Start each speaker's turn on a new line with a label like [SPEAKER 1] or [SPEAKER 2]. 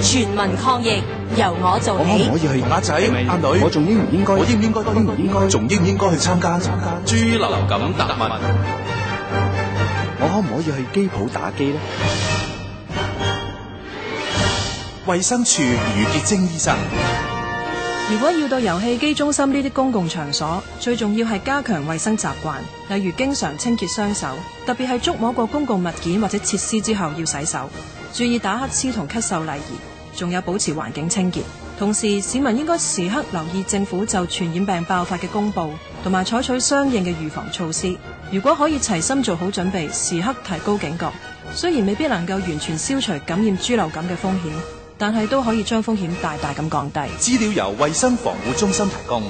[SPEAKER 1] 全民抗疫，由我做
[SPEAKER 2] 我可唔
[SPEAKER 1] 起
[SPEAKER 2] 可。以去？
[SPEAKER 3] 阿仔、阿女，
[SPEAKER 2] 我仲應唔應該？
[SPEAKER 3] 我應唔應該？
[SPEAKER 2] 應唔應該？
[SPEAKER 3] 仲應唔應該去參加？參加
[SPEAKER 4] 豬流感特問，
[SPEAKER 2] 我可唔可以去機鋪打機呢？
[SPEAKER 3] 衛生署余潔晶醫生，
[SPEAKER 5] 如果要到遊戲機中心呢啲公共場所，最重要係加強衛生習慣，例如經常清潔雙手，特別係觸摸過公共物件或者設施之後要洗手，注意打乞嗤同咳嗽禮儀，仲有保持環境清潔。同時，市民應該時刻留意政府就傳染病爆發嘅公佈，同埋採取相應嘅預防措施。如果可以齊心做好準備，時刻提高警覺，雖然未必能夠完全消除感染豬流感嘅風險，但係都可以將風險大大咁降低。
[SPEAKER 3] 資料由衛生防護中心提供。